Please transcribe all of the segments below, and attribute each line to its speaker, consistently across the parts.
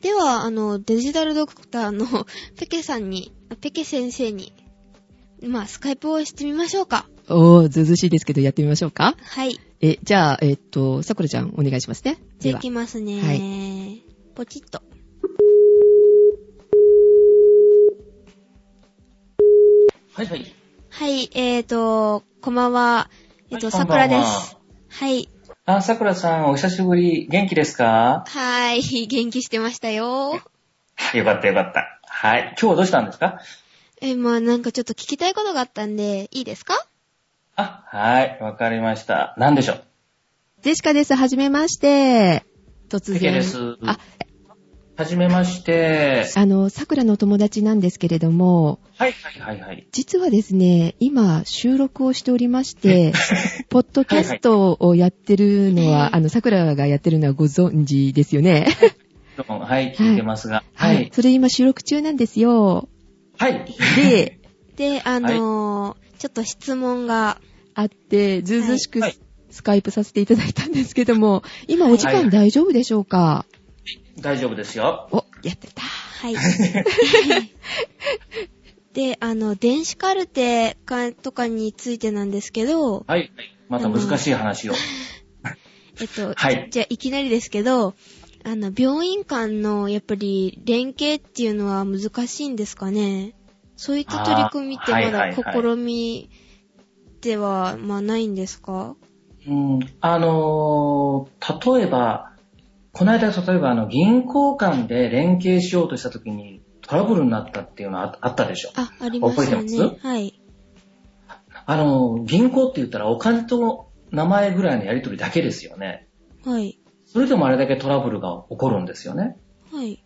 Speaker 1: では、あの、デジタルドクターの ペケさんに、ペケ先生に、まあ、スカイプをしてみましょうか。
Speaker 2: おー、ずうずうしいですけど、やってみましょうか。
Speaker 1: はい。
Speaker 2: え、じゃあ、えっと、さくらちゃん、お願いしますね。
Speaker 1: じゃあ行
Speaker 2: では
Speaker 1: き。ますね。
Speaker 2: は
Speaker 1: ポチッと。
Speaker 3: はいはい。
Speaker 1: はい、えーと、こんばんは。えっ、と、
Speaker 3: はい
Speaker 1: さくらで
Speaker 3: こんばん
Speaker 1: す
Speaker 3: は。
Speaker 1: はい。
Speaker 3: あ、さくらさん、お久しぶり。元気ですか
Speaker 1: はーい、 元気してましたよ。
Speaker 3: よかったよかった。はい。今日はどうしたんですか
Speaker 1: え、まあなんかちょっと聞きたいことがあったんで、いいですか
Speaker 3: あ、はい。わかりました。なんでしょう
Speaker 2: ジェシカです。はじめまして。突
Speaker 3: ペケ
Speaker 2: 然。
Speaker 3: です。
Speaker 2: あ、
Speaker 3: はじめまして。
Speaker 2: あの、桜のお友達なんですけれども、
Speaker 3: はいはいはいはい。
Speaker 2: 実はですね、今、収録をしておりまして、ポッドキャストをやってるのは、
Speaker 1: はいはい
Speaker 2: あの、桜がやってるのはご存知ですよね。
Speaker 3: どうもはい、聞いてますが。は
Speaker 2: はい
Speaker 3: い。。
Speaker 2: それ今収録中なんですよ。
Speaker 3: はい。
Speaker 2: で、
Speaker 1: で、あのーちょっと質問が、
Speaker 2: あって、ずうずうしく
Speaker 3: はい
Speaker 2: スカイプさせていただいたんですけども、今お時
Speaker 3: はいは
Speaker 2: 間
Speaker 3: い
Speaker 2: 大丈夫でしょうか、
Speaker 3: 大丈夫ですよ。
Speaker 2: お、やってた。
Speaker 1: はい。で、あの、電子カルテかとかについてなんですけど、
Speaker 3: はい。また難しい話を。
Speaker 1: えっと、
Speaker 3: はい
Speaker 1: じゃあいきなりですけど、あの、病院間のやっぱり連携っていうのは難しいんですかねそういった取り組みってま
Speaker 3: あーはい
Speaker 1: だ
Speaker 3: はいはい
Speaker 1: 試みでは、まあないんですか
Speaker 3: うん、あのー例えば、この間、例えば、あの、銀行間で連携しようとしたときにトラブルになったっていうのはああったでしょ。
Speaker 1: あ、ありました
Speaker 3: 覚え
Speaker 1: ね。
Speaker 3: てます
Speaker 1: はい。
Speaker 3: あのー銀行って言ったらお金と名前ぐらいのやり取りだけですよね。
Speaker 1: はい。
Speaker 3: それでもあれだけトラブルが起こるんですよね。
Speaker 1: はい。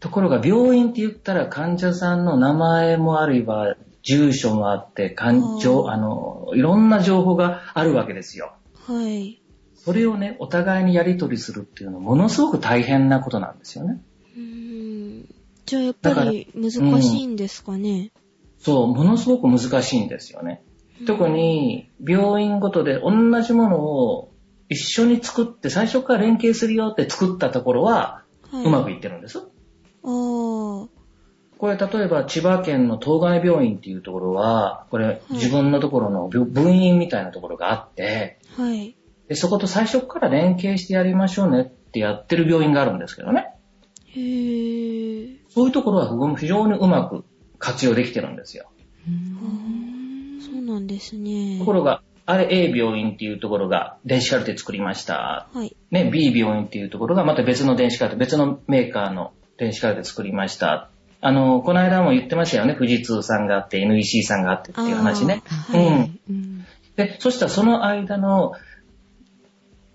Speaker 3: ところが、病院って言ったら患者さんの名前もあるいは住所もあって、感
Speaker 1: う
Speaker 3: 情、
Speaker 1: ん
Speaker 3: あのーいろんな情報があるわけですよ。
Speaker 1: はい。
Speaker 3: それをね、お互いにやり取りするっていうのはものすごく大変なことなんですよね。
Speaker 1: うーん。じゃあやっぱり難しいんですかね
Speaker 3: そう、ものすごく難しいんですよね。特に病院ごとで同じものを一緒に作って最初から連携するよって作ったところは
Speaker 1: は
Speaker 3: うまく
Speaker 1: い。
Speaker 3: いってるんです。
Speaker 1: あー。
Speaker 3: これ例えば千葉県の東外病院っていうところは、これ
Speaker 1: い
Speaker 3: 自分のところの病分院みたいなところがあって、
Speaker 1: はい。
Speaker 3: でそこと最初から連携してやりましょうねってやってる病院があるんですけどね。
Speaker 1: へー。
Speaker 3: そういうところは非常にうまく活用できてるんですよ。
Speaker 1: そうなんですね。
Speaker 3: ところが、あれ A 病院っていうところが電子カルテ作りました。
Speaker 1: はい。
Speaker 3: ね、B 病院っていうところがまた別の電子カルテ、別のメーカーの電子カルテ作りました。あの、この間も言ってましたよね。富士通さんがあって、NEC さんがあってっていう話ね。
Speaker 1: あー
Speaker 2: はい
Speaker 3: うん
Speaker 2: うん
Speaker 3: で、そしたらその間の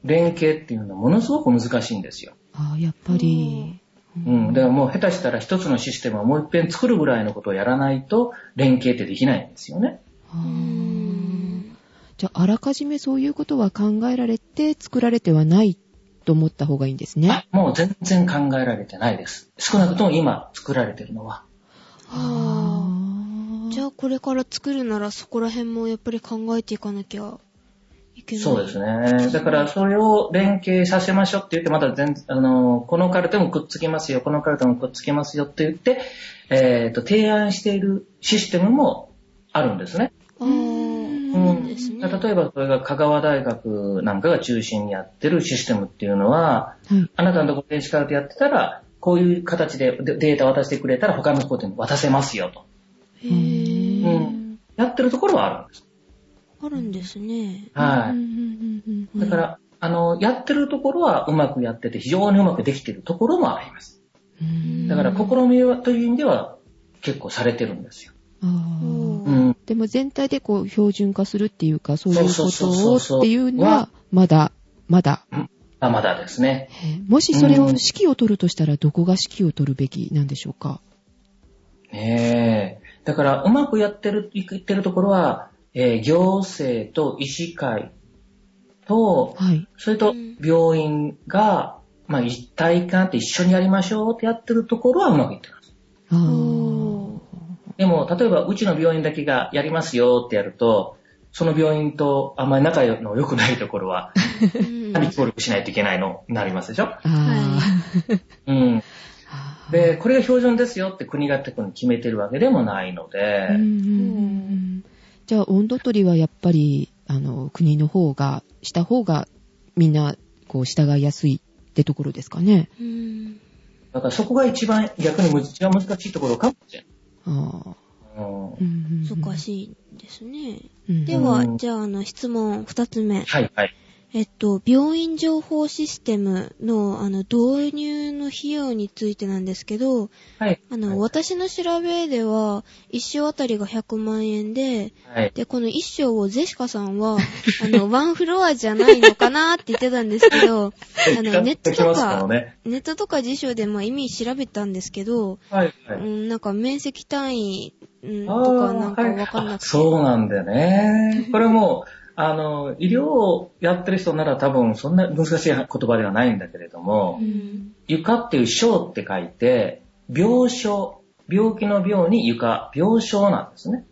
Speaker 3: 連携っていうのはものすごく難しいんですよ。
Speaker 2: あーやっぱり。
Speaker 3: うん。だからもう下手したら一つのシステムをもう一遍作るぐらいのことをやらないと連携ってできないんですよね。
Speaker 2: あ
Speaker 1: うー
Speaker 2: ー
Speaker 1: ん
Speaker 2: じゃあ、あらかじめそういうことは考えられて作られてはないと思った方がいいんですね。
Speaker 3: もう全然考えられてないです。少なくとも今作られてるのは。
Speaker 1: あーじ
Speaker 2: じ
Speaker 1: ゃ
Speaker 2: ゃあ
Speaker 1: あこれから作るならそこら辺もやっぱり考えていかなきゃいけない。
Speaker 3: そうです。ね。だからそれを連携させましょうって言って、また全、あの、このカルテもくっつきますよ、このカルテもくっつきますよって言って、えっ、と、提案しているシステムもあるんですね。
Speaker 1: あー
Speaker 2: うん
Speaker 1: そうですね。
Speaker 3: 例えば、それが香川大学なんかが中心にやってるシステムっていうのは、
Speaker 2: はい
Speaker 3: あなたのところ電子カルテやってたら、こういう形でデデータ渡してくれたら他のところに渡せますよと。
Speaker 1: へー
Speaker 3: うんやってるところはあるんです。
Speaker 1: あるんですね。
Speaker 3: はい。
Speaker 2: うんうんうんうん
Speaker 3: だから、あの、やってるところはうまくやってて、非常にうまくできてるところもあります。
Speaker 2: うん
Speaker 3: だから、試みはという意味では、結構されてるんですよ。
Speaker 2: あー
Speaker 1: おー
Speaker 3: うん。
Speaker 2: でも全体でこう標準化するっていうか、そういう
Speaker 3: そう
Speaker 2: こ
Speaker 3: そうそう
Speaker 2: と
Speaker 3: そ
Speaker 2: を
Speaker 3: う
Speaker 2: っていうのは、まだ、まだ。
Speaker 3: まあ、まだですね。
Speaker 2: えーもしそれを
Speaker 3: うん
Speaker 2: 指揮を取るとしたら、どこが指揮を取るべきなんでしょうか
Speaker 3: ねえ。だから、うまくやってる、いくいってるところは、えー行政と医師会と、
Speaker 2: はい。
Speaker 3: それと
Speaker 1: うん
Speaker 3: 病院が、まあ、一体化って一緒にやりましょうってやってるところはうまくいってます。
Speaker 2: あ
Speaker 1: お
Speaker 2: ー
Speaker 1: ー
Speaker 3: でも、例えば、うちの病院だけがやりますよってやると、その病院とあんまり仲の良くないところは、
Speaker 1: うん
Speaker 3: 何協力しないといけないのになりますでしょ
Speaker 2: あー
Speaker 3: うん。で、これが標準ですよって国が特に決めてるわけでもないので、
Speaker 2: うんうんうんじゃあ温度取りはやっぱりあの国の方がした方がみんなこう従いやすいってところですかね。
Speaker 1: うん。
Speaker 3: だからそこが一番逆にむ一番難しいところかもしれない。
Speaker 2: あ
Speaker 3: うん
Speaker 1: 難
Speaker 2: い。
Speaker 1: しいですね。
Speaker 2: うん
Speaker 1: では
Speaker 3: う、ん
Speaker 1: じゃあ、あの、質問二つ目。
Speaker 3: はいはい。
Speaker 1: えっと、病院情報システムの、あの、導入の費用についてなんですけど、
Speaker 3: はい。
Speaker 1: あの、
Speaker 3: はい、
Speaker 1: 私の調べでは、一章あたりが100万円で、
Speaker 3: はい。
Speaker 1: で、この一章をゼシカさん は、あの、ワンフロアじゃないのかなって言ってたんですけ ど、あの、ネット
Speaker 3: でき
Speaker 1: と
Speaker 3: ますから
Speaker 1: か、
Speaker 3: ね。
Speaker 1: ネットとか辞書で、まあ、意味調べたんですけど、
Speaker 3: はいは
Speaker 1: う
Speaker 3: い。
Speaker 1: ん、なんか面積単位、うん、
Speaker 3: あー
Speaker 1: とかなんか
Speaker 3: はい
Speaker 1: わかんなくて。
Speaker 3: そうなんだよ ね。これもう、あの、医療をやってる人なら多分そんな難しい言葉ではないんだけれども
Speaker 1: う、ん。
Speaker 3: 床っていう床って書いて、病床、病気の病に床、病床なんですね。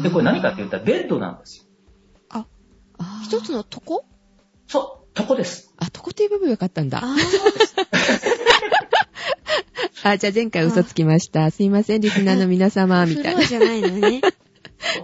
Speaker 3: で、これ何かって言ったらベッドなんですよ。
Speaker 1: あ、
Speaker 2: あー
Speaker 1: 一つのとこ
Speaker 3: そう、とこです。
Speaker 2: あ、とこっていう部分が勝ったんだ。
Speaker 1: あー
Speaker 2: あ、じゃあ前回嘘つきました。すいません、リスナーの皆様、み
Speaker 1: フ
Speaker 2: たい
Speaker 1: ロア
Speaker 2: な。
Speaker 1: じゃないの ね。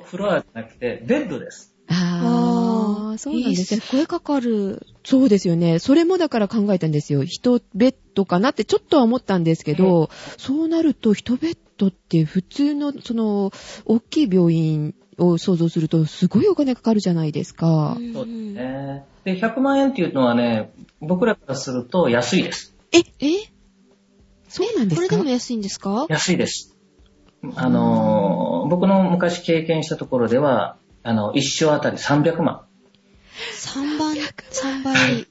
Speaker 3: フロアじゃなくて、ベッドです。
Speaker 2: ああ、そうなんです
Speaker 1: えー
Speaker 2: よ。
Speaker 1: すごいかかる。
Speaker 2: そうですよね。それもだから考えたんですよ。人ベッドかなってちょっとは思ったんですけど、そうなると人ベッドって普通の、その、大きい病院を想像すると、すごいお金かかるじゃないですか
Speaker 1: う。ん
Speaker 3: そうですね。で、100万円っていうのはね、僕らからすると安いです。
Speaker 1: え、え
Speaker 2: そうなんで
Speaker 1: こ
Speaker 2: す
Speaker 1: れで
Speaker 2: か
Speaker 1: も安いんですか
Speaker 3: 安いです。あの、僕の昔経験したところでは、あの、一生あたり300万。
Speaker 1: ?3 倍、3倍。
Speaker 2: 3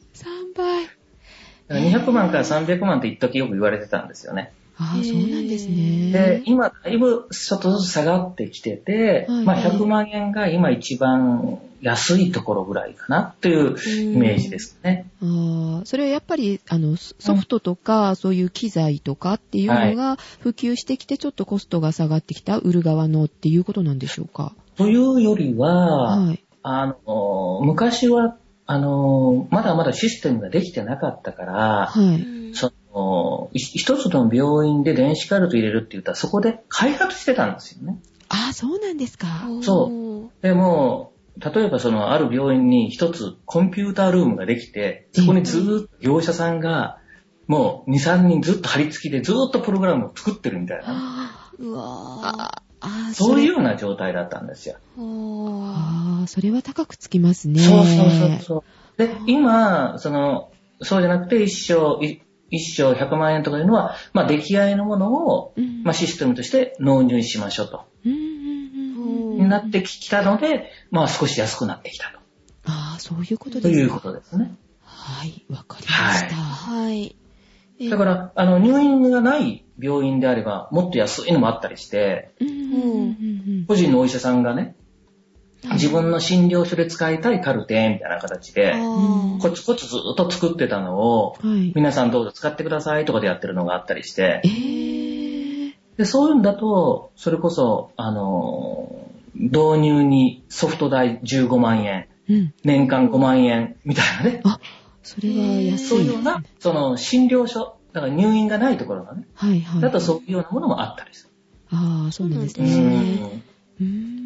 Speaker 2: 倍。
Speaker 3: 200万から300万って一時よく言われてたんですよね。
Speaker 2: ああ、そうなんです
Speaker 3: で
Speaker 2: ね。、
Speaker 3: 今、だいぶちょっとずつ下がってきてて、
Speaker 2: はい
Speaker 3: まあ100万円が今一番安いところぐらいかなっていうイメージですね。
Speaker 2: ああ、それはやっぱり、あの、ソソフトとか、そういう機材とかっていうのが普及してきて、ちょっとコストが下がってきた、売る側のっていうことなんでしょうか。
Speaker 3: というよりは、
Speaker 2: はい。
Speaker 3: あの、昔は、あの、まだまだシステムができてなかったから、
Speaker 2: は
Speaker 1: う
Speaker 2: い。
Speaker 1: ん。
Speaker 3: その、い一つの病院で電子カルト入れるって言ったらそこで開発してたんですよね。
Speaker 2: ああ、そうなんですか。
Speaker 3: そう
Speaker 1: う。
Speaker 3: でも、例えばそのある病院に一つコンピュータールームができて、そこにずーっと業者さんが、もう2、3人ずっと張り付きでずーっとプログラムを作ってるみたいな、
Speaker 1: うわぁ。
Speaker 2: ああ、
Speaker 3: そういう
Speaker 2: う。
Speaker 3: ような状態だったんですよ。
Speaker 1: あ
Speaker 2: ああ、それは高くつきますね。
Speaker 3: そうそうそうそう。で、今、その、そうじゃなくて一生、い一生100万円とかいうのは、まあ出来合いのものを、
Speaker 2: うん。
Speaker 3: まあシステムとして納入しましょうと。
Speaker 2: うんうんうんうん
Speaker 3: になってきたので、まあ少し安くなってきた
Speaker 2: ああ、そういうこと
Speaker 3: と。と
Speaker 2: で
Speaker 3: い
Speaker 2: す
Speaker 3: う
Speaker 2: か
Speaker 3: こ。とですね。
Speaker 2: はい、わかりまし
Speaker 1: ー
Speaker 2: た。
Speaker 1: はい。え
Speaker 3: だから、あの、入院がない病院であれば、もっと安いのもあったりして、
Speaker 2: うんうんうん
Speaker 3: 個人のお医者さんがね、
Speaker 1: うん
Speaker 3: 自分の診療所で使いたいカルテ、みたいな形で、
Speaker 1: あ
Speaker 3: コツコツずっと作ってたのを、
Speaker 2: うん。はい。
Speaker 3: 皆さんどうぞ使ってくださいとかでやってるのがあったりして
Speaker 2: え、ー。
Speaker 3: で、そういうんだと、それこそ、あの、導入にソフト代15万円、
Speaker 2: うん。
Speaker 3: 年間5万円、みたいなね、
Speaker 2: それは安
Speaker 3: そういうよ。
Speaker 2: いう
Speaker 3: な、その、診療所、だから入院がないところがね、
Speaker 2: はいはい。
Speaker 3: だとそういうようなものもあったりす
Speaker 2: ああ、そうなんです
Speaker 3: る。
Speaker 2: ね。
Speaker 3: うん
Speaker 2: うーん
Speaker 1: ー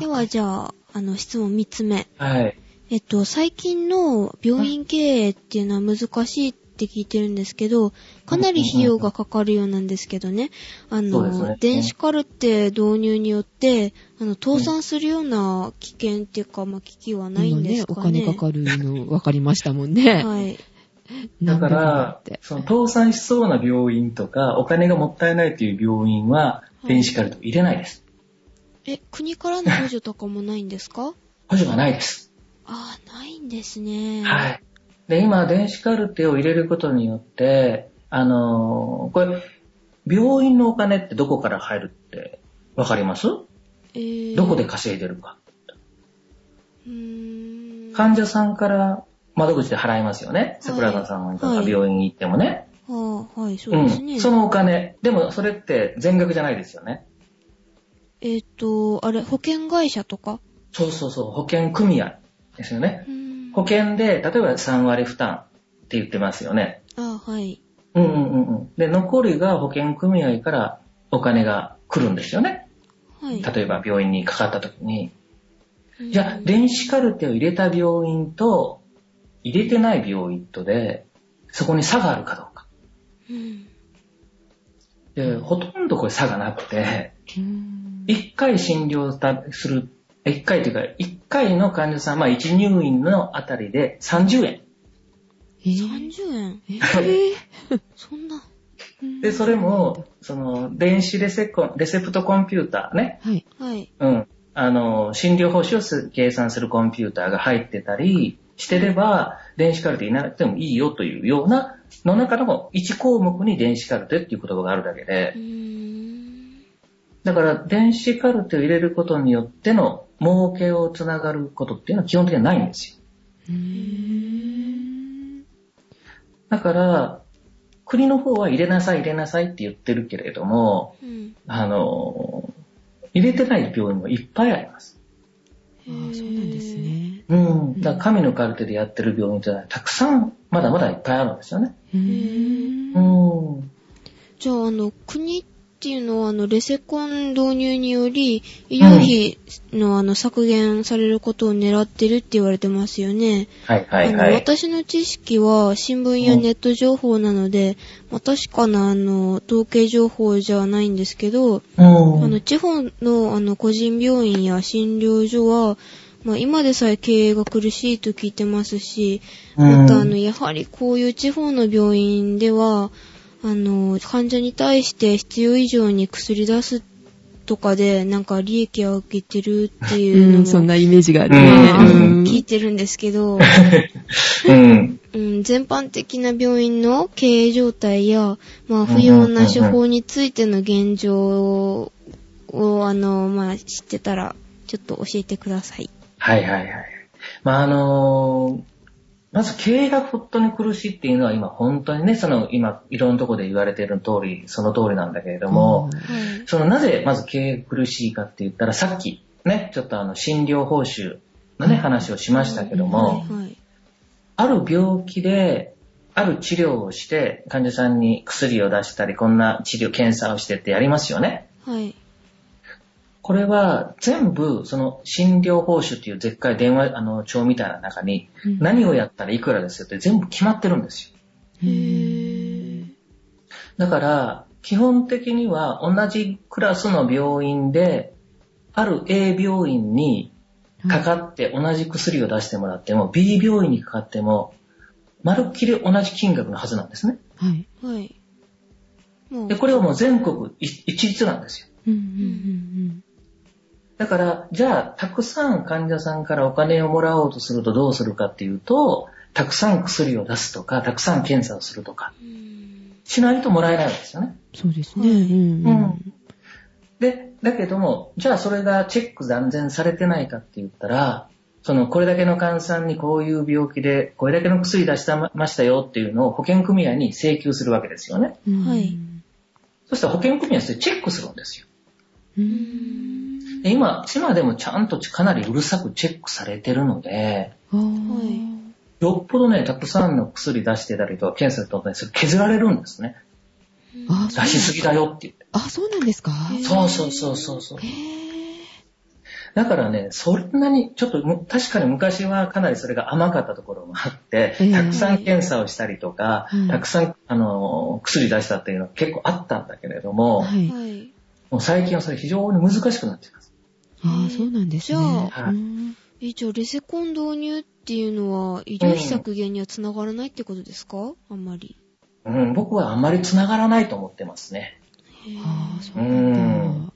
Speaker 1: では、じゃあ、あの、質問3つ目。
Speaker 3: はい。
Speaker 1: えっと、最近の病院経営っていうのは難しいって聞いてるんですけど、かなり費用がかかるようなんですけどね、あ
Speaker 3: そうです
Speaker 1: の、
Speaker 3: ね
Speaker 1: 電子カルテ導入によって、あの、倒産するような危険っていうか、まあ、危機はない
Speaker 2: 今
Speaker 1: んで
Speaker 2: ね
Speaker 1: す、
Speaker 2: お
Speaker 1: かね。
Speaker 2: 金かかるの分かりましたもんね。
Speaker 1: はい。
Speaker 3: だ
Speaker 2: 何
Speaker 3: か
Speaker 2: 百万っ
Speaker 3: ら
Speaker 2: て、
Speaker 3: その倒産しそうな病院とか、お金がもったいないという病院は、
Speaker 1: い
Speaker 3: 電子カルト入れないです。
Speaker 1: え、国からの補助とかもないんです か
Speaker 3: 補助がないです。
Speaker 1: ああ、ないんですね。。
Speaker 3: はいい。で、今、電子カルテを入れることによって、あのーこれ、病院のお金ってどこから入るって、わかります
Speaker 1: えー、
Speaker 3: どこで稼いでるか。
Speaker 1: うーん。
Speaker 3: 患者さんから窓口で払いますよね。桜田さんなんかが病院に行ってもね。
Speaker 1: はあ、はい、そうですね。
Speaker 3: うん。そのお金。でも、それって全額じゃないですよね。
Speaker 1: えっ、と、あれ、保険会社とか
Speaker 3: そうそうそう。保険組合ですよね。
Speaker 1: うーん。
Speaker 3: 保険で、例えば3割負担って言ってますよね。
Speaker 1: ああ、はい。
Speaker 3: うんうんうんうん。で、残りが保険組合からお金が来るんですよね。
Speaker 1: はい。
Speaker 3: 例えば病院にかかった時に。
Speaker 1: うん
Speaker 3: じゃあ、電子カルテを入れた病院と、入れてない病院とで、そこに差があるかどうか。
Speaker 1: うん
Speaker 3: で、ほとんどこれ差がなくて、
Speaker 2: うん
Speaker 3: 一回診療たする、一回というか、一回の患者さん、まあ一入院のあたりで30円。
Speaker 2: えー
Speaker 1: 30円
Speaker 2: えー
Speaker 1: そんな。
Speaker 3: で、それも、その、電子レセコンレセプトコンピューターね。
Speaker 2: はい。
Speaker 1: はい。
Speaker 3: うん。あの、診療報酬をす計算するコンピューターが入ってたりしてれば、電子カルテになくてもいいよというような、の中でも1項目に電子カルテっていう言葉があるだけ
Speaker 1: うー
Speaker 3: で、
Speaker 1: ん。
Speaker 3: だから電子カルテを入れることによっての儲けをつながることっていうのは基本的にはないんですよ。だから、国の方は入れなさい入れなさいって言ってるけれども、
Speaker 1: うん。
Speaker 3: あの、入れてない病院もいっぱいあります。
Speaker 2: あーそうなんですね。
Speaker 3: うん。だから神のカルテでやってる病院ってのはたくさん、まだまだいっぱいあるんですよね。
Speaker 2: う
Speaker 1: ー
Speaker 2: ん
Speaker 3: うん。
Speaker 1: じゃあ、あの、国っていうのは、あの、レセコン導入により、医療費の、あの、削減されることを狙ってるって言われてますよね。
Speaker 3: はいはい
Speaker 1: あ
Speaker 3: は
Speaker 1: の
Speaker 3: い。
Speaker 1: 私の知識は、新聞やネット情報なので、まあ、確かな、あの、統計情報じゃないんですけど、
Speaker 3: うん
Speaker 1: あの、地方の、あの、個人病院や診療所は、まあ、今でさえ経営が苦しいと聞いてますし、また、あの、やはりこういう地方の病院では、あの、患者に対して必要以上に薬出すとかで、なんか利益を受けてるっていう
Speaker 2: う
Speaker 1: のも
Speaker 2: ん、そんなイメージがある
Speaker 3: う
Speaker 2: ね。
Speaker 1: 聞いてるんですけ ど、
Speaker 3: うん。
Speaker 1: うん、全般的な病院の経営状態や、まあ、不要な処方についての現状を、あの、まあ、知ってたら、ちょっと教えてください。
Speaker 3: はいはいはい。まあ、あのーまず経営が本当に苦しいっていうのは今本当にね、その今いろんなところで言われてる通り、その通りなんだけれども、
Speaker 1: はい。
Speaker 3: そのなぜまず経営が苦しいかって言ったら、さっきね、ちょっとあの診療報酬のね、話をしましたけども、
Speaker 1: はい。
Speaker 3: ある病気で、ある治療をして、患者さんに薬を出したり、こんな治療、検査をしてってやりますよね。
Speaker 1: はい。
Speaker 3: これは全部、その診療報酬っていうでっかい電話、あの、帳みたいな中に、
Speaker 2: うん
Speaker 3: 何をやったらいくらですよって全部決まってるんですよ。
Speaker 1: へー。
Speaker 3: だから、基本的には同じクラスの病院で、ある A 病院にかかって同じ薬を出してもらっても、B 病院にかかっても、まるっきり同じ金額のはずなんですね。
Speaker 2: はい。
Speaker 1: はい。もう
Speaker 3: で、これはもう全国い一律なんですよ。
Speaker 2: うんうん
Speaker 3: だから、じゃあ、たくさん患者さんからお金をもらおうとするとどうするかっていうと、たくさん薬を出すとか、たくさん検査をするとか、
Speaker 1: うーん
Speaker 3: しないともらえないんですよね。
Speaker 2: そうですね。
Speaker 1: は
Speaker 2: う
Speaker 1: い
Speaker 2: んうん
Speaker 3: で、だけども、じゃあそれがチェック断然されてないかって言ったら、その、これだけの患者さんにこういう病気で、これだけの薬出したましたよっていうのを保険組合に請求するわけですよね。
Speaker 2: うん
Speaker 1: はい
Speaker 3: そしたら保険組合はそれチェックするんですよ。
Speaker 2: うん
Speaker 3: で今、今でもちゃんとかなりうるさくチェックされてるので、
Speaker 2: あー
Speaker 1: は
Speaker 3: よっぽどね、たくさんの薬出してたりとか、検査とかね、それ削られるんですね。
Speaker 2: あ
Speaker 3: 出しすぎだよって言って。
Speaker 2: あ、そうなんですか
Speaker 1: ん
Speaker 3: そうそうそうそうそう。
Speaker 2: へー
Speaker 3: だからね、そんなに、ちょっとむ、確かに昔はかなりそれが甘かったところもあって
Speaker 2: ええ、
Speaker 3: たくさん検査をしたりとか、
Speaker 2: はい
Speaker 3: たくさん、あの、薬出したっていうのは結構あったんだけれども、
Speaker 2: はい。
Speaker 1: はい。
Speaker 3: もう最近はそれ非常に難しくなってます。
Speaker 2: ああ、そうなんです
Speaker 1: じ
Speaker 2: ね。
Speaker 1: ゃあ
Speaker 3: はい
Speaker 2: うん
Speaker 1: え、じゃあ、レセコン導入っていうのは、医療費削減にはつながらないってことですかあんまり。
Speaker 3: うん、僕はあんまり繋がらないと思ってますね。
Speaker 2: ああ、そううなんだ。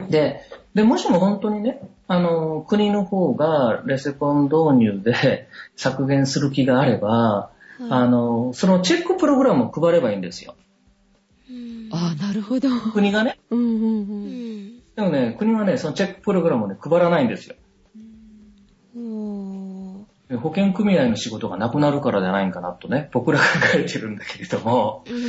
Speaker 1: ん
Speaker 3: で、で、もしも本当にね、あの、国の方がレセコン導入で削減する気があれば、あ
Speaker 1: はい
Speaker 3: の、そのチェックプログラムを配ればいいんですよ。
Speaker 1: うん
Speaker 2: ああ、なるほど。
Speaker 3: 国がね。
Speaker 2: うんうん
Speaker 1: う
Speaker 2: うん。
Speaker 1: ん。
Speaker 3: でもね、国はね、そのチェックプログラムをね、配らないんですよ。
Speaker 1: おー
Speaker 3: で保険組合の仕事がなくなるからじゃないんかなとね、僕らが書いてるんだけれども。
Speaker 1: うんうん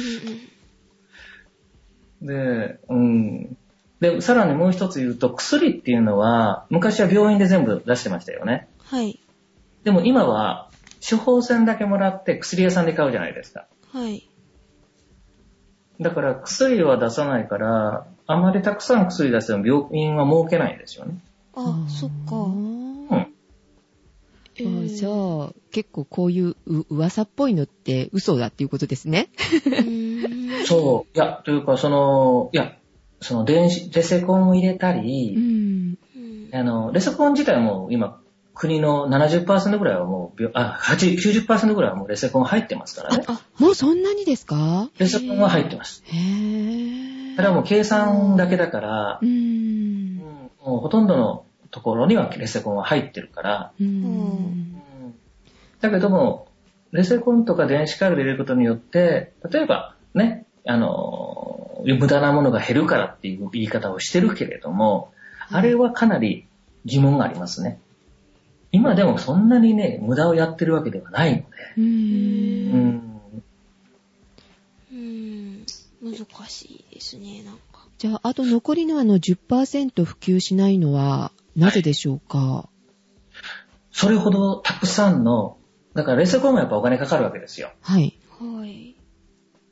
Speaker 3: で、うん。で、さらにもう一つ言うと、薬っていうのは、昔は病院で全部出してましたよね。
Speaker 1: はい。
Speaker 3: でも今は、処方箋だけもらって薬屋さんで買うじゃないですか。
Speaker 1: はい。
Speaker 3: だから薬は出さないから、あまりたくさん薬出しても病院は儲けないですよね。
Speaker 1: あ、そっか。
Speaker 3: う
Speaker 2: か。
Speaker 3: ん。
Speaker 1: え
Speaker 2: あ
Speaker 1: ー
Speaker 2: じゃあ、結構こういうう噂っぽいのって嘘だっていうことですね。
Speaker 1: うーん
Speaker 3: そう。いや、というか、その、いや、その電子、レセコンを入れたり、
Speaker 2: ん。
Speaker 1: うん
Speaker 3: あの、レセコン自体も今、国の70%ぐらいはもう病、あ、8、90%ぐらいはもうレセコン入ってますからね。
Speaker 2: もうそんなにですか
Speaker 3: レセコンは入ってます。
Speaker 2: へぇ
Speaker 3: ただもう計算だけだから、
Speaker 2: う
Speaker 3: う
Speaker 2: ん。
Speaker 3: んもうほとんどのところにはレセコンは入ってるから、
Speaker 2: うん。
Speaker 3: だけども、レセコンとか電子カルテ入れることによって、例えばね、あの、無駄なものが減るからっていう言い方をしてるけれども、あれはかなり疑問がありますね。今でもそんなにね、無駄をやってるわけではないので。
Speaker 2: うん
Speaker 3: う。
Speaker 1: うんうん難しいですね、なんか。
Speaker 2: じゃあ、あと残りのあの10%普及しないのは、なぜでしょうか
Speaker 3: それほどたくさんの、だからレセコンもやっぱお金かかるわけですよ。
Speaker 2: はい。
Speaker 1: はい。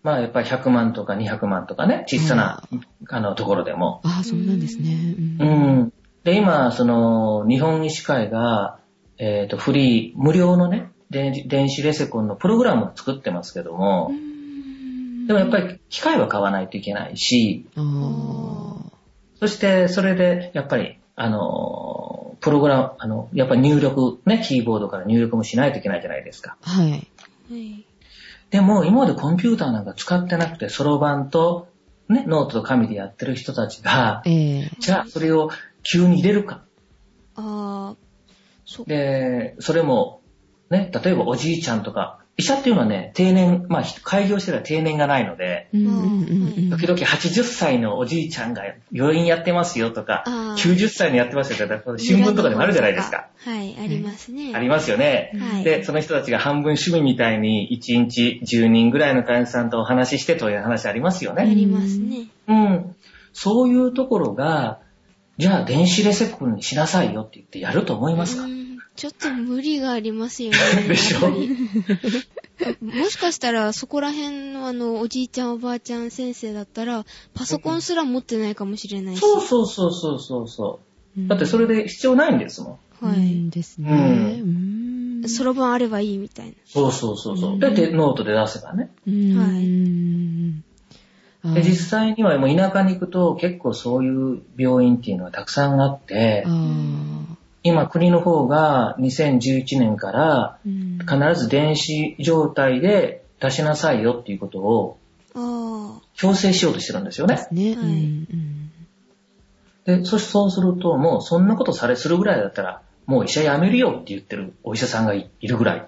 Speaker 3: まあやっぱり100万とか200万とかね、小さな、あのところでも。
Speaker 2: ああ、そうなんですね。
Speaker 3: う。ん。で、今、その、日本医師会が、えっ、と、フリー、無料のね、電子電子レセコンのプログラムを作ってますけども、でもやっぱり機械は買わないといけないし、
Speaker 2: あ
Speaker 3: そしてそれで、やっぱり、あの、プログラム、あの、やっぱり入力、ね、キーボードから入力もしないといけないじゃないですか。
Speaker 2: あ。はい。
Speaker 1: はい。
Speaker 3: でも、今までコンピューターなんか使ってなくて、そろばんと、ね、ノートと紙でやってる人たちが、
Speaker 2: ええ
Speaker 3: じゃあそれを急に入れるか。
Speaker 1: あー、そっか。
Speaker 3: で、それも、ね、例えばおじいちゃんとか、医者っていうのはね、定年、まあ、開業してから定年がないので、
Speaker 2: うんうんうんうん
Speaker 3: 時々80歳のおじいちゃんが病院やってますよとか、
Speaker 1: あー
Speaker 3: 90歳のやってますよとか、新聞とかでもあるじゃないですか。。
Speaker 1: はい、ありますね。
Speaker 3: ありますよね。
Speaker 1: はい。
Speaker 3: で、その人たちが半分趣味みたいに1日10人ぐらいの患者さんとお話ししてという話ありますよ
Speaker 1: あ
Speaker 3: ね。
Speaker 1: りますね。
Speaker 3: うん。そういうところが、じゃあ電子レセプンにしなさいよって言ってやると思いますか
Speaker 1: うんちょっと無理がありますよね。
Speaker 3: でしょ
Speaker 1: やっぱりもしかしたら、そこら辺のあの、おじいちゃんおばあちゃん先生だったら、パソコンすら持ってないかもしれないし。
Speaker 3: そうそうそうそうそうそう。だってそれで必要ないんですもん。
Speaker 1: は
Speaker 2: う
Speaker 1: い。
Speaker 2: んです
Speaker 3: う
Speaker 2: ね。うん
Speaker 1: そろばんあればいいみたいな。
Speaker 3: そうそうそうそう。で、でノートで出せばね。
Speaker 2: うん
Speaker 1: はい
Speaker 2: うんあ
Speaker 3: で、実際にはもう田舎に行くと結構そういう病院っていうのはたくさんあって
Speaker 2: あ、ー
Speaker 3: 今国の方が2011年から
Speaker 2: うん
Speaker 3: 必ず電子状態で出しなさいよっていうことを
Speaker 1: あ
Speaker 3: 強制しようとしてるんですよね。
Speaker 2: ね。
Speaker 1: は
Speaker 2: う
Speaker 1: い
Speaker 2: んうん
Speaker 3: で、そしてそうするともうそんなことされするぐらいだったらもう医者辞めるよって言ってるお医者さんがいいるぐらい。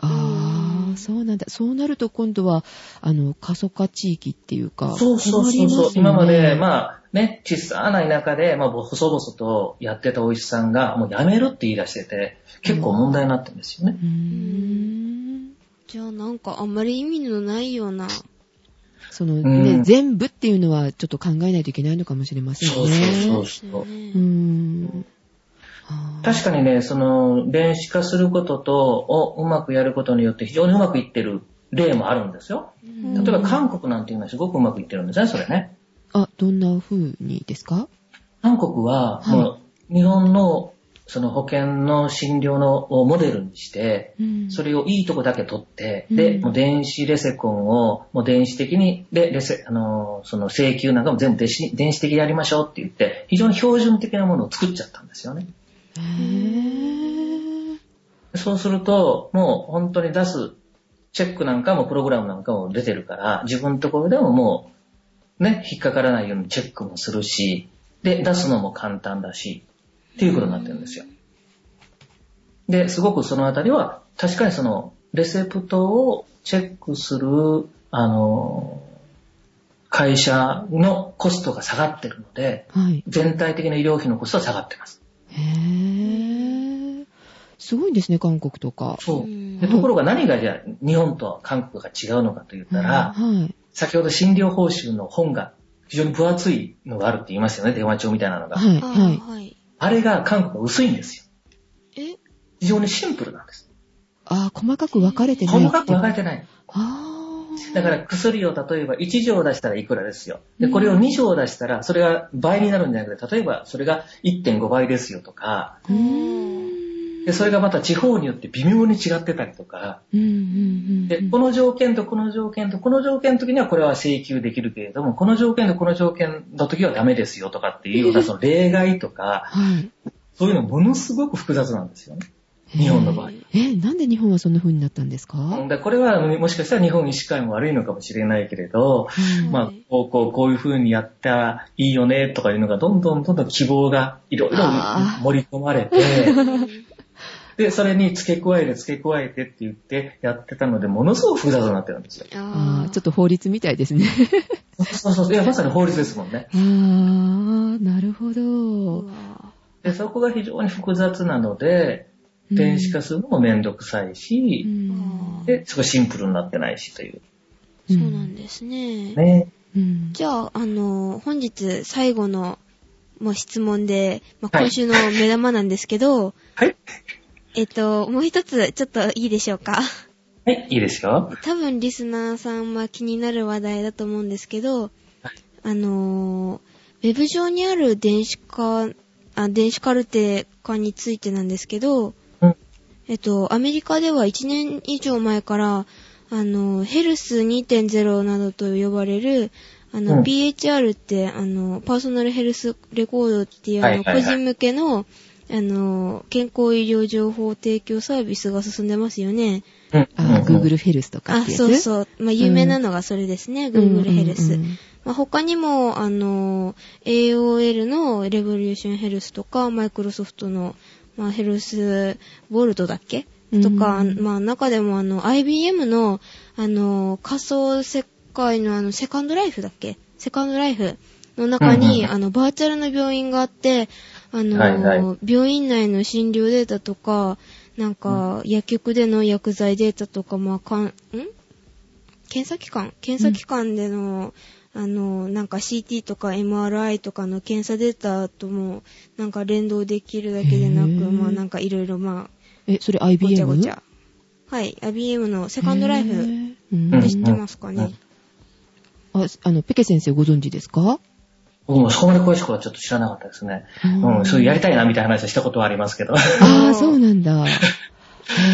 Speaker 2: あ
Speaker 1: うん
Speaker 2: あ、そうなんだ。そうなると今度は、あの、過疎化地域っていうか、
Speaker 3: そうそうそうそう、
Speaker 2: 困りすよね
Speaker 3: 今まで、まあね、小さな田舎で、まあ、細々とやってたお医者さんが、もう辞めるって言い出してて、結構問題になってるんですよね。
Speaker 2: うー
Speaker 1: あ。
Speaker 2: ん
Speaker 1: じゃあなんか、あんまり意味のないような。
Speaker 2: その
Speaker 3: う
Speaker 2: ね
Speaker 3: ん、
Speaker 2: 全部っていうのはちょっと考えないといけないのかもしれませんね。
Speaker 3: そうそう
Speaker 1: です
Speaker 3: そ
Speaker 1: よ
Speaker 3: う。
Speaker 1: ね
Speaker 2: うーん。あー
Speaker 3: 確かにね、その、電子化することと、をうまくやることによって非常にうまくいってる例もあるんですよ。
Speaker 1: うん
Speaker 3: 例えば韓国なんて今すごくうまくいってるんですね、それね。
Speaker 2: あ、どんな風にですか
Speaker 3: 韓国は、もう、日本の、その保険の診療のをモデルにして、それをいいとこだけ取って、で、
Speaker 2: うん
Speaker 3: もう電子レセコンを、もう電子的に、で、レセ、あのーその請求なんかも全部電子電子的でやりましょうって言って、非常に標準的なものを作っちゃったんですよね。
Speaker 2: へー
Speaker 3: そうすると、もう本当に出すチェックなんかもプログラムなんかも出てるから、自分のところでももう、ね、引っかからないようにチェックもするし、で、出すのも簡単だし、っていうことになってるんですよ。で、すごくそのあたりは、確かにその、レセプトをチェックする、あの、会社のコストが下がってるので、
Speaker 2: はい。
Speaker 3: 全体的な医療費のコストは下がってます。
Speaker 2: へーすごいんですね、韓国とか。
Speaker 3: そうう。
Speaker 1: ん
Speaker 3: でところが何がじゃあ日本と韓国が違うのかと言ったら、
Speaker 2: うんはい。
Speaker 3: 先ほど診療報酬の本が非常に分厚いのがあるって言いましたよね、電話帳みたいなのが。
Speaker 2: はい、
Speaker 1: あ
Speaker 2: はい。
Speaker 1: ーはい。
Speaker 3: あれが韓国は薄いんですよ。
Speaker 1: え
Speaker 3: 非常にシンプルなんです。
Speaker 2: あー細かく分かれてない。
Speaker 3: 細かく分かれてない。
Speaker 2: あ
Speaker 3: だから薬を例えば1錠出したらいくらですよ。で、これを2錠出したら、それが倍になるんじゃなくて、例えばそれが1.5倍ですよとか、
Speaker 1: うーん
Speaker 3: で、それがまた地方によって微妙に違ってたりとか、
Speaker 2: うんうん
Speaker 3: で、この条件とこの条件とこの条件の時にはこれは請求できるけれども、この条件とこの条件の時はダメですよとかっていうような、その例外とか、
Speaker 2: はい。
Speaker 3: そういうのものすごく複雑なんですよね。日本の場合。
Speaker 2: え、なんで日本はそんな風になったんですか
Speaker 3: でこれはもしかしたら日本医師会も悪いのかもしれないけれど、まあ、こう、こう、こういう風にやったらいいよねとかいうのが、どんどんどんどん希望がいろいろ
Speaker 2: あー
Speaker 3: 盛り込まれて、で、それに付け加えて付け加えてって言ってやってたので、ものすごく複雑になってるんですよ。
Speaker 2: あ
Speaker 1: あ
Speaker 2: ーちょっと法律みたい ですね。
Speaker 3: そうそうそう。いや、まさに法律ですもんね。
Speaker 2: あー、なる
Speaker 1: と
Speaker 2: ほど。
Speaker 3: で、そこが非常に複雑なので、
Speaker 2: うん
Speaker 3: 電子化するのもめんどくさいし、
Speaker 1: あー
Speaker 3: で、すごいシンプルになってないしという。
Speaker 1: そうなんですね。
Speaker 3: ね。
Speaker 2: うん
Speaker 1: じゃあ、あの、本日最後の、まあ、質問で、まあ、
Speaker 3: はい
Speaker 1: 今週の目玉なんですけど、
Speaker 3: はい。
Speaker 1: えっと、もう一つ、ちょっといいでしょうか。
Speaker 3: はい、いいですよ。
Speaker 1: 多分リスナーさんは気になる話題だと思うんですけど、あのーウェブ上にある電子化、あ電子カルテ化についてなんですけど、
Speaker 3: うん
Speaker 1: えっと、アメリカでは1年以上前から、あの、ヘルス2.0などと呼ばれる、あの、
Speaker 3: うん
Speaker 1: PHR って、あの、パーソナルヘルスレコードっていう、あの、
Speaker 3: はいはいはい
Speaker 1: 個人向けの、あの、健康医療情報提供サービスが進んでますよね。
Speaker 3: うん。
Speaker 2: あー、
Speaker 3: うん
Speaker 2: Google ヘルスとか
Speaker 1: あ、
Speaker 2: ってやつ
Speaker 1: そうそう。まあ、有名なのがそれですね、Google ヘルス。まあ、他にも、あの、AOL のレボリューションヘルスとか、マイクロソフトの、まあ、ヘルスボルトだっけとか、
Speaker 2: うん
Speaker 1: まあ、中でも、あの、IBM の、あの、仮想世界の、あの、セカンドライフだっけセカンドライフの中
Speaker 3: うんうん
Speaker 1: に、
Speaker 3: うん
Speaker 1: あの、バーチャルの病院があって、あの、
Speaker 3: はいは
Speaker 1: 病院内の診療データとか、なんか、薬局での薬剤データとか、まあ、かん、ん検査機関検査機関での、あの、なんか CT とか MRI とかの検査データとも、なんか連動できるだけでなく、
Speaker 2: へー
Speaker 1: まあなんかいろいろま
Speaker 2: え、それ
Speaker 1: あ、ごちゃ
Speaker 2: IBM?
Speaker 1: ごちゃ。はい、IBM のセカンドライ
Speaker 2: へ
Speaker 1: フ
Speaker 2: ーうん
Speaker 3: うん
Speaker 1: で知ってますか
Speaker 3: う
Speaker 1: ね
Speaker 3: ん。
Speaker 2: あ、あの、ペケ先生ご存知ですか
Speaker 3: 僕もそこまで詳しくはちょっと知らなかったですね。うん、そういうやりたいなみたいな話はしたことはありますけど。
Speaker 2: ああ、そうなん だ。へ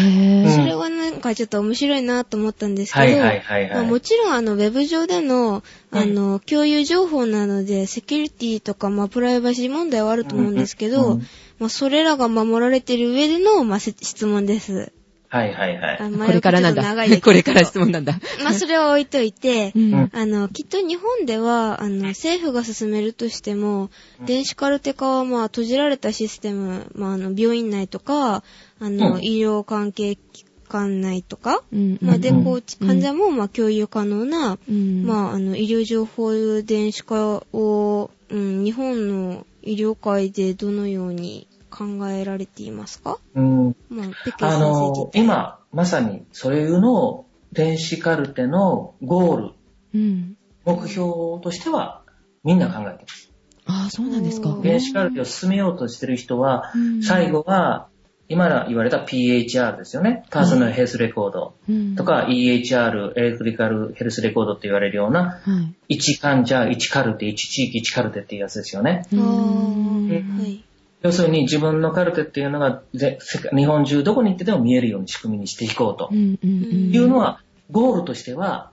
Speaker 2: え。
Speaker 3: うん
Speaker 1: それはなんかちょっと面白いなと思ったんですけど、
Speaker 3: はいはいはい
Speaker 1: まあ、
Speaker 3: はい。
Speaker 1: もちろん、あの、ウェブ上での、あの、共有情報なので、セキュリティとか、まあ、プライバシー問題はあると思うんですけ
Speaker 3: う
Speaker 1: ど
Speaker 3: ん、
Speaker 1: まあ、それらが守られている上での、まあ、せ質問です。
Speaker 3: はいはいはい。
Speaker 1: こ
Speaker 2: これからなんだ。 これから質問なんだ。
Speaker 1: まあ、それは置いといて
Speaker 2: う、ん。
Speaker 1: あの、きっと日本では、あの、政府が進めるとしても、電子カルテ化は、まあ、閉じられたシステム、まあ、あの、病院内とか、あの、
Speaker 3: うん
Speaker 1: 医療関係機関内とか、
Speaker 2: うん
Speaker 1: まあ、で、
Speaker 3: うん
Speaker 1: こう、患者も、まあ、共有可能な、
Speaker 2: うん
Speaker 1: まあ、あの、医療情報電子化を、うん、日本の医療界でどのように考えられていますか
Speaker 3: うん、
Speaker 1: まあ、ペケ先生聞
Speaker 3: あ
Speaker 1: い
Speaker 3: の、
Speaker 1: て。
Speaker 3: 今、まさにそういうのを電子カルテのゴール、
Speaker 2: うん。
Speaker 3: 目標としては、みんな考えてます。
Speaker 2: ああ、そうなんですか
Speaker 1: お。ー
Speaker 3: 電子カルテを進めようとしてる人は、
Speaker 2: うん
Speaker 3: 最後は、今言われた PHR ですよね。パーソナルヘルスレコードと、か EHR、エレクトリカルヘルスレコードって言われるような、
Speaker 2: うんはい。
Speaker 3: 1患者、1カルテ、1地域、1カルテっていうやつですよね。
Speaker 1: あ
Speaker 2: う
Speaker 1: ー
Speaker 2: ん
Speaker 1: はい。
Speaker 3: 要するに自分のカルテっていうのがぜ世界日本中どこに行ってでも見えるように仕組みにしていこうと
Speaker 2: うんうんうん。
Speaker 3: いうのは、ゴールとしては、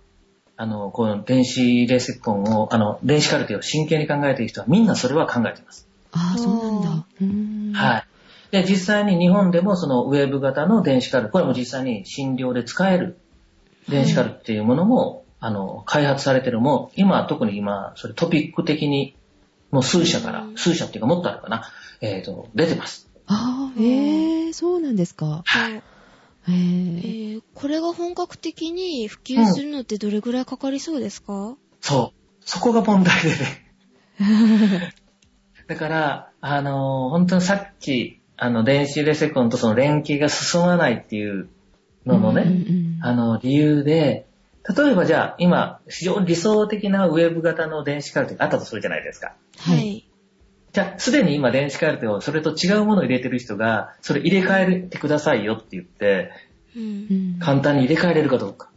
Speaker 3: あの、この電子レセコンを、あの、電子カルテを真剣に考えている人はみんなそれは考えています。
Speaker 2: ああ、そうなんだ。うん
Speaker 3: はい。で、実際に日本でもそのウェブ型の電子カルテ、これも実際に診療で使える電子カルテっていうものも、あの、開発されてるも、今、特に今、それトピック的に、もう数社から
Speaker 1: う、ん
Speaker 3: 数社っていうかもっとあるかな、えっ、と、出てます。
Speaker 2: ああ、ええ、そうなんですか。
Speaker 1: はい
Speaker 2: へ
Speaker 1: え
Speaker 2: え。
Speaker 1: ー、これが本格的に普及するのってどれぐらいかかりそうですか、
Speaker 3: そう。そこが問題でね。だから、あのー本当にさっき、あの、電子レセコンとその連携が進まないっていうののね、
Speaker 2: うんうん
Speaker 3: あの、理由で、例えばじゃあ、今、非常に理想的なウェブ型の電子カルテがあったとするじゃないですか。
Speaker 2: は
Speaker 1: はいい。
Speaker 3: じゃあ、すでに今電子カルテをそれと違うものを入れてる人が、それ入れ替えてくださいよって言って、
Speaker 1: う。
Speaker 2: うんん
Speaker 3: 簡単に入れ替えれるかどうか。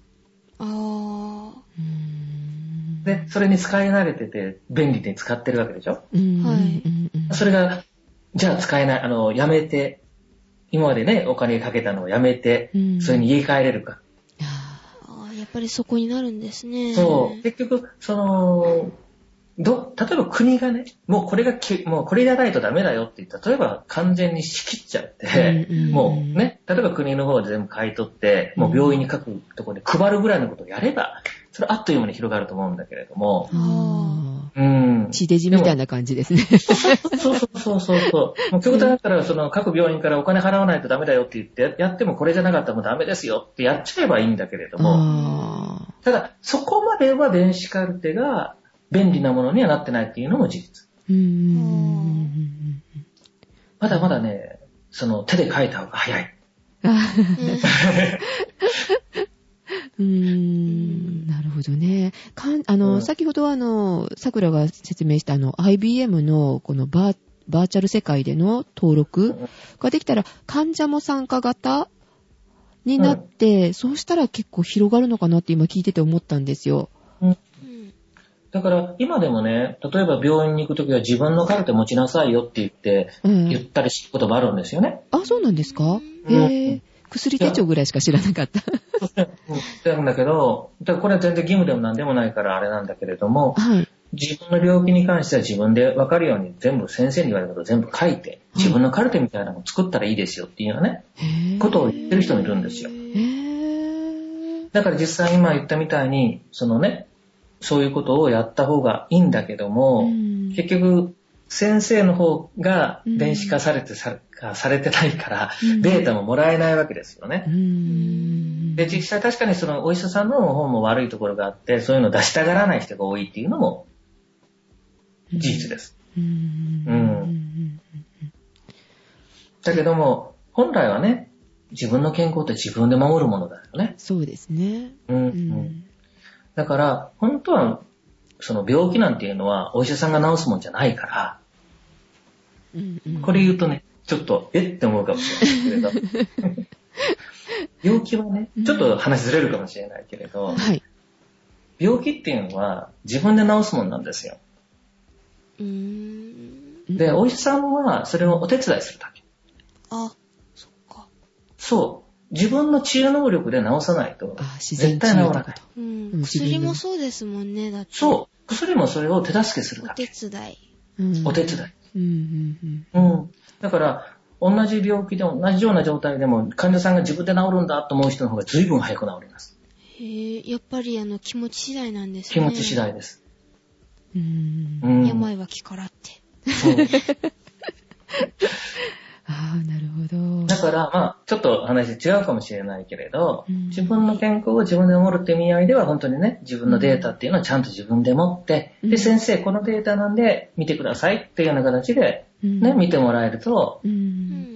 Speaker 1: あ
Speaker 2: うん
Speaker 3: で、それに使い慣れてて、便利に使ってるわけでしょ。
Speaker 2: うん
Speaker 1: はい
Speaker 2: うんうん
Speaker 3: それが、じゃあ使えない、あの、やめて、今までね、お金かけたのをやめて
Speaker 2: う、ん
Speaker 3: それに言い換えれるか。
Speaker 2: あ
Speaker 1: ああ、やっぱりそこになるんですね。
Speaker 3: そう。結局、その、ど、例えば国がね、もうこれがき、もうこれじゃないとダメだよって言って、例えば完全に仕切っちゃって、
Speaker 2: うんうん
Speaker 3: もうね、例えば国の方で全部買い取って、もう病院に各ところで配るぐらいのことをやれば、それあっという間に広がると思うんだけれども、
Speaker 2: ーあ
Speaker 3: うん
Speaker 2: ー。。地デジみたいな感じですね。
Speaker 3: そうそうそうそうそう。もう極端だったら、その各病院からお金払わないとダメだよって言って、やってもこれじゃなかったらもうダメですよってやっちゃえばいいんだけれども、
Speaker 2: ああ
Speaker 3: ただ、そこまでは電子カルテが便利なものにはなってないっていうのも事実。
Speaker 2: うんうんうん
Speaker 3: まだまだね、その手で書いた方が早い。
Speaker 2: うん
Speaker 1: う
Speaker 2: あー
Speaker 1: ん。
Speaker 2: うーんなるほどね。かんあの、
Speaker 3: うん
Speaker 2: 先ほどあの、桜が説明したあの、IBM のこのバー、バーチャル世界での登録ができたら、患者も参加型になって、そうしたら結構広がるのかなって今聞いてて思ったんですよ。
Speaker 1: うん
Speaker 3: だから、今でもね、例えば病院に行くときは自分のカルテ持ちなさいよって言って、
Speaker 2: うん
Speaker 3: 言ったりすることもあるんですよね。
Speaker 2: あ、そうなんですか
Speaker 1: う
Speaker 2: へ
Speaker 3: ん
Speaker 2: ぇ。薬手帳ぐらいしか知らなかった。
Speaker 3: なんだけど、だからこれは全然義務でも何でもないからあれなんだけれども、
Speaker 2: はい。
Speaker 3: 自分の病気に関しては自分で分かるように全部先生に言われたこと全部書いて、自分のカルテみたいなのを作ったらいいですよっていうね、
Speaker 2: へぇ。
Speaker 3: ことを言ってる人もいるんですよ。
Speaker 2: へぇ。
Speaker 3: だから実際今言ったみたいに、そのね、そういうことをやった方がいいんだけども、
Speaker 2: うん
Speaker 3: 結局、先生の方が電子化されてさ,、されてないから、
Speaker 2: うん
Speaker 3: データももらえないわけですよね。
Speaker 2: うーん。
Speaker 3: で、実際確かにそのお医者さんの方も悪いところがあって、そういうのを出したがらない人が多いっていうのも事実です。
Speaker 2: うーん。
Speaker 3: うんだけども、本来はね、自分の健康って自分で守るものだよね。
Speaker 2: そうですね。
Speaker 3: うん、う。
Speaker 2: うんん。
Speaker 3: だから、本当は、その病気なんていうのは、お医者さんが治すもんじゃないから、
Speaker 2: うんうん
Speaker 3: これ言うとね、ちょっと、えって思うかもしれないけれど。病気はね、ちょっと話ずれるかもしれないけれど、
Speaker 2: はい。
Speaker 3: 病気っていうのは自分で治すもんなんですよ。
Speaker 1: うーん。
Speaker 3: で、お医者さんはそれをお手伝いするだけ。
Speaker 1: あ、そっか。
Speaker 3: そう。自分の治療能力で治さないと
Speaker 2: あ、自
Speaker 3: 絶
Speaker 2: 然治
Speaker 3: 対治
Speaker 2: 癒
Speaker 3: らな
Speaker 2: だ
Speaker 3: い
Speaker 2: こ。と。
Speaker 1: うん
Speaker 2: うん
Speaker 1: 薬もそうですもんね、だって。
Speaker 3: そう。薬もそれを手助けする
Speaker 1: お
Speaker 3: だ
Speaker 1: 手
Speaker 3: け。
Speaker 1: 伝い。
Speaker 2: うん
Speaker 3: お手伝い。
Speaker 2: うんうん
Speaker 3: うん。だから、同じ病気で同じような状態でも患者さんが自分で治るんだと思う人の方が随分早く治ります。
Speaker 1: へえ、やっぱりあの気持ち次第なんですね。
Speaker 3: 気持ち次第です。
Speaker 2: うん。うん
Speaker 3: うん。
Speaker 1: 病は気からって。
Speaker 3: そう
Speaker 2: ああ、なるほど。
Speaker 3: だから、まあ、ちょっと話違うかもしれないけれど、
Speaker 2: うん
Speaker 3: 自分の健康を自分で守るって意味合いでは、本当にね、自分のデータっていうのはちゃんと自分で持って、
Speaker 2: うん
Speaker 3: で、先生、このデータなんで見てくださいっていうような形で、
Speaker 2: うん
Speaker 3: ね、見てもらえると、
Speaker 2: う。
Speaker 1: うん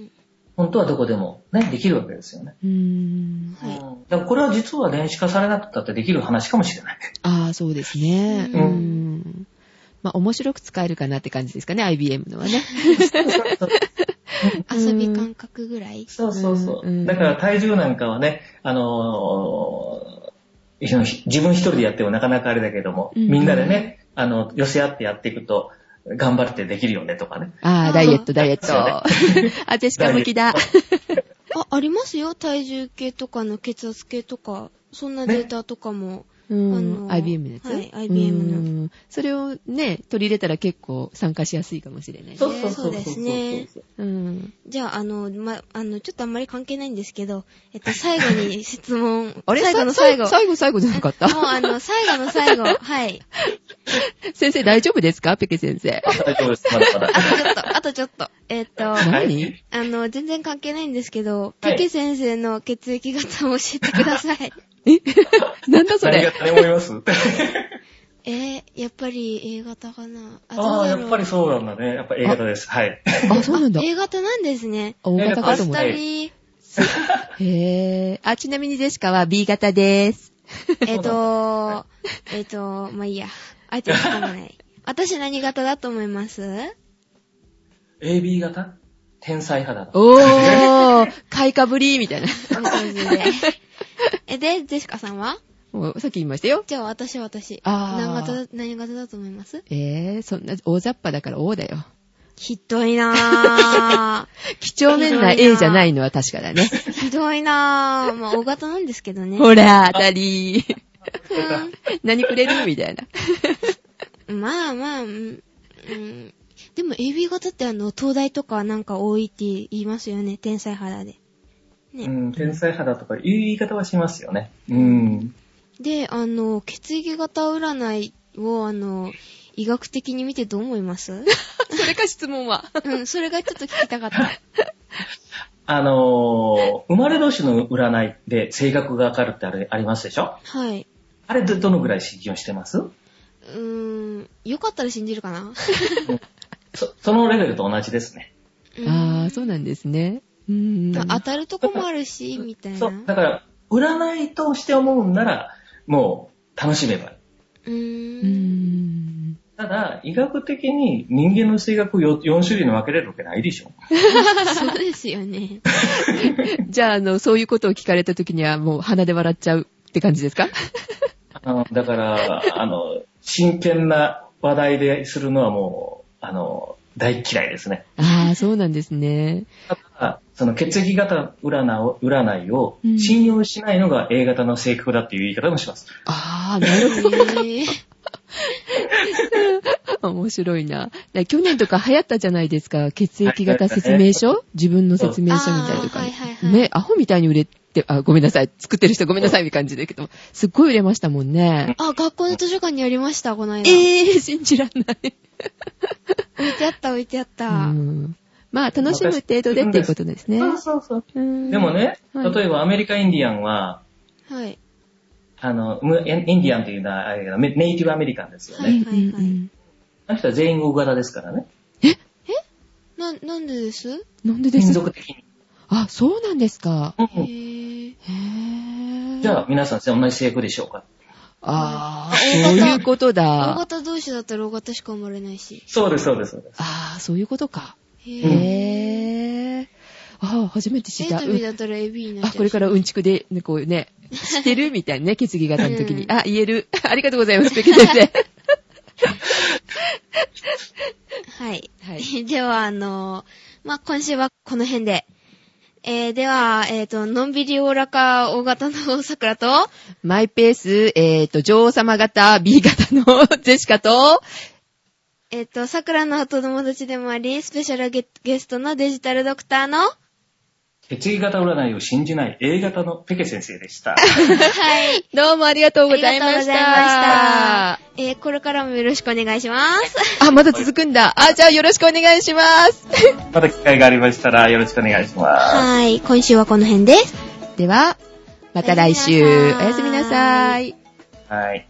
Speaker 1: ん。
Speaker 3: 本当はどこでもね、できるわけですよね。
Speaker 2: うん。
Speaker 1: はい
Speaker 3: うんだからこれは実は電子化されなくたってできる話かもし れない。
Speaker 2: ああ、そうですね。う
Speaker 1: うん
Speaker 2: ん。まあ、面白く使えるかなって感じですかね、IBM のはね。
Speaker 1: 遊び感覚ぐらい。
Speaker 3: そうそうそうう。
Speaker 2: ん
Speaker 3: だから体重なんかはね、あのー自分一人でやってもなかなかあれだけども、
Speaker 2: うん
Speaker 3: みんなでね、あの、寄せ合ってやっていくと、頑張ってできるよねとかね。
Speaker 2: ああ、
Speaker 1: あー
Speaker 2: ダイエット、ダイエット。あ、ジェシカ向きだ。
Speaker 1: あ、ありますよ。体重計とかの血圧計とか、そんなデータとかも。
Speaker 2: うん。
Speaker 1: あのー
Speaker 2: IBM のやつ
Speaker 1: はい IBM の
Speaker 2: の。それをね、取り入れたら結構参加しやすいかもしれないね。
Speaker 1: そうそうそうそうそうですね
Speaker 2: うん。。
Speaker 1: じゃあ、あの、ま、あの、ちょっとあんまり関係ないんですけど、えっと、最後に質問
Speaker 2: あれ
Speaker 1: 最後の
Speaker 2: さ
Speaker 1: 最後。
Speaker 2: 最後、最後じゃなかった
Speaker 1: もうあの、最後の最後。はい。
Speaker 2: 先生大丈夫ですかペケ先生。
Speaker 3: 大丈夫です、まだまだ。
Speaker 1: あとちょっと、あとちょっと。えっと、
Speaker 2: 何
Speaker 3: はい
Speaker 1: あの、全然関係ないんですけど、
Speaker 3: はい
Speaker 1: ペケ先生の血液型を教えてください。
Speaker 2: なんだそ
Speaker 3: 何
Speaker 2: れ
Speaker 3: が。何もいます
Speaker 1: えー、やっぱり A 型かなあ
Speaker 3: ああ、やっぱり
Speaker 1: う
Speaker 3: そうなんだね。やっぱ A 型です。はい。
Speaker 2: あ、そうなん
Speaker 1: だ
Speaker 2: だ
Speaker 1: ろう。。A 型なんですね。
Speaker 2: あ大型
Speaker 1: お
Speaker 2: かと思った。
Speaker 1: 二
Speaker 2: へ
Speaker 1: 人、
Speaker 2: え。あ、ちなみにジェシカは B 型です。
Speaker 1: えっと、えっと、まあ、いいや。あえて使わない。私何型だと思います
Speaker 3: AB 型天才派だな。
Speaker 2: おー、買いかぶり、みたいな。
Speaker 1: お上手で。え、で、ジェシカさんは
Speaker 2: もうさっき言いましたよ。
Speaker 1: じゃあ私私。
Speaker 2: あー
Speaker 1: 何型だ、何型だと思います
Speaker 2: えー、そんな大雑把だから O だよ。
Speaker 1: ひどいなぁ。
Speaker 2: 貴重面な A じゃないのは確かだね。
Speaker 1: ひどいなぁ。まあ、大型なんですけどね。
Speaker 2: ほら、当たり。
Speaker 1: ふ
Speaker 2: 何くれるみたいな。
Speaker 1: んまあまあ、うん。うんでも AB 型ってあの、東大とかなんか多いって言いますよね。天才肌で。
Speaker 3: う
Speaker 1: ね。
Speaker 3: ん、天才肌とかいう言い方はしますよね。うん。
Speaker 1: で、あの、血液型占いをあの、医学的に見てどう思います
Speaker 2: それか質問は。
Speaker 1: うん、それがちょっと聞きたかった。
Speaker 3: あのー生まれ年の占いで性格がわかるってあれありますでしょ
Speaker 1: はい。
Speaker 3: あれど、どのぐらい信用してます
Speaker 1: うーん、よかったら信じる かな。
Speaker 3: そそのレベルと同じですね。
Speaker 2: ああ、そううなんですね。うん
Speaker 1: ん。。当たるとこもある し、みたいな。
Speaker 3: そうう。だから、占いとして思うんなら、もう楽しめばいい。
Speaker 2: う
Speaker 1: ー
Speaker 2: ー
Speaker 1: ん。
Speaker 2: ん。
Speaker 3: ただ、医学的に人間の性格を 4, 4種類に分けれるわけないでしょ。
Speaker 1: そうですよ ね。
Speaker 2: じゃあ、あの、そういうことを聞かれた時にはもう鼻で笑っちゃうって感じですか
Speaker 3: あのだから、あの、真剣な話題でするのはもう、あの、大嫌いですね。
Speaker 2: ああ、そうなんですね。
Speaker 3: ただ、その血液型占いを占いを
Speaker 2: うん
Speaker 3: 信用しないのが A 型の性格だっていう言い方もします。
Speaker 2: ああ、なるほ
Speaker 1: へえ
Speaker 2: ど。 面白いな。だ去年とか流行ったじゃないですか。血液型説明書自分の説明書みたいなの
Speaker 1: あー
Speaker 2: が
Speaker 1: はいはいはい
Speaker 2: ね、アホみたいに売れて、あ、ごめんなさい。作ってる人ごめんなさいみたいな感じだけど、すっごい売れましたもんね。
Speaker 1: あ、学校の図書館にありました、この間。
Speaker 2: ええー、信じらんない。
Speaker 1: 置いてあった、置いてあっ
Speaker 2: う
Speaker 1: た。
Speaker 2: んまあ、楽しむ程度でっていうことですね。
Speaker 3: そうそうそう。
Speaker 2: うん
Speaker 3: でも、ね、
Speaker 2: はい
Speaker 3: 例えばアメリカインディアンは、
Speaker 1: はい。
Speaker 3: あの、むインディアンというのはあれだネネイティブアメリカンですよ
Speaker 1: はい
Speaker 3: ね。
Speaker 1: はいはい
Speaker 2: うん
Speaker 3: あの人は全員 O 型ですからね。
Speaker 1: な、なんでです
Speaker 2: なんでで
Speaker 3: 民
Speaker 2: すか
Speaker 3: 族的に。
Speaker 2: あ、そうなんですか。
Speaker 3: うんうん
Speaker 1: へえ。
Speaker 2: へー
Speaker 3: じゃあ、皆さん同じ性格でしょうか
Speaker 2: ああ、
Speaker 1: 大
Speaker 2: そ
Speaker 1: 型
Speaker 2: ういうこと
Speaker 1: 大
Speaker 2: だ。
Speaker 1: 型同士だったら大型しか生まれないし。
Speaker 3: そうです、そうです、そうです。
Speaker 2: ああ、そういうことか。
Speaker 3: うん
Speaker 1: へえ。
Speaker 2: へえ。ああ、初めて知っ
Speaker 1: エ
Speaker 2: た。
Speaker 1: トビだったら AB になっ
Speaker 2: あ、
Speaker 1: ちゃうし。
Speaker 2: これからうんちくで、ね、こう ね、知ってるみたいなね、決議型の時に。
Speaker 1: うん
Speaker 2: あ、言える。 ありがとうございます、ペケ先 生。
Speaker 1: はい。
Speaker 2: は
Speaker 1: では、あのーまあ、今週はこの辺で。えー、では、えっ、と、のんびりおおらか大型の桜と、
Speaker 2: マイペース、えっ、と、女王様型、B 型のジェシカ と、
Speaker 1: えっ、と、桜のお友達でもあり、スペシャルゲゲストのデジタルドクターの、は
Speaker 3: 血液型占いを信じない A 型のペケ先生でした。
Speaker 1: い。
Speaker 2: どうもありがとうござい
Speaker 1: あ
Speaker 2: ました。
Speaker 1: りがとうございました。えー、これからもよろしくお願いします。
Speaker 2: あ、まだ続くんだ。あ、じゃあよろしくお願いし ます。
Speaker 3: また機会がありましたらよろしくお願いします。
Speaker 1: はい。今週はこの辺です。
Speaker 2: では、また来週。お
Speaker 1: おや
Speaker 2: や
Speaker 1: す
Speaker 2: す
Speaker 1: み
Speaker 2: み
Speaker 1: な
Speaker 2: な
Speaker 1: さ
Speaker 2: さ
Speaker 1: い
Speaker 2: い。
Speaker 3: はい。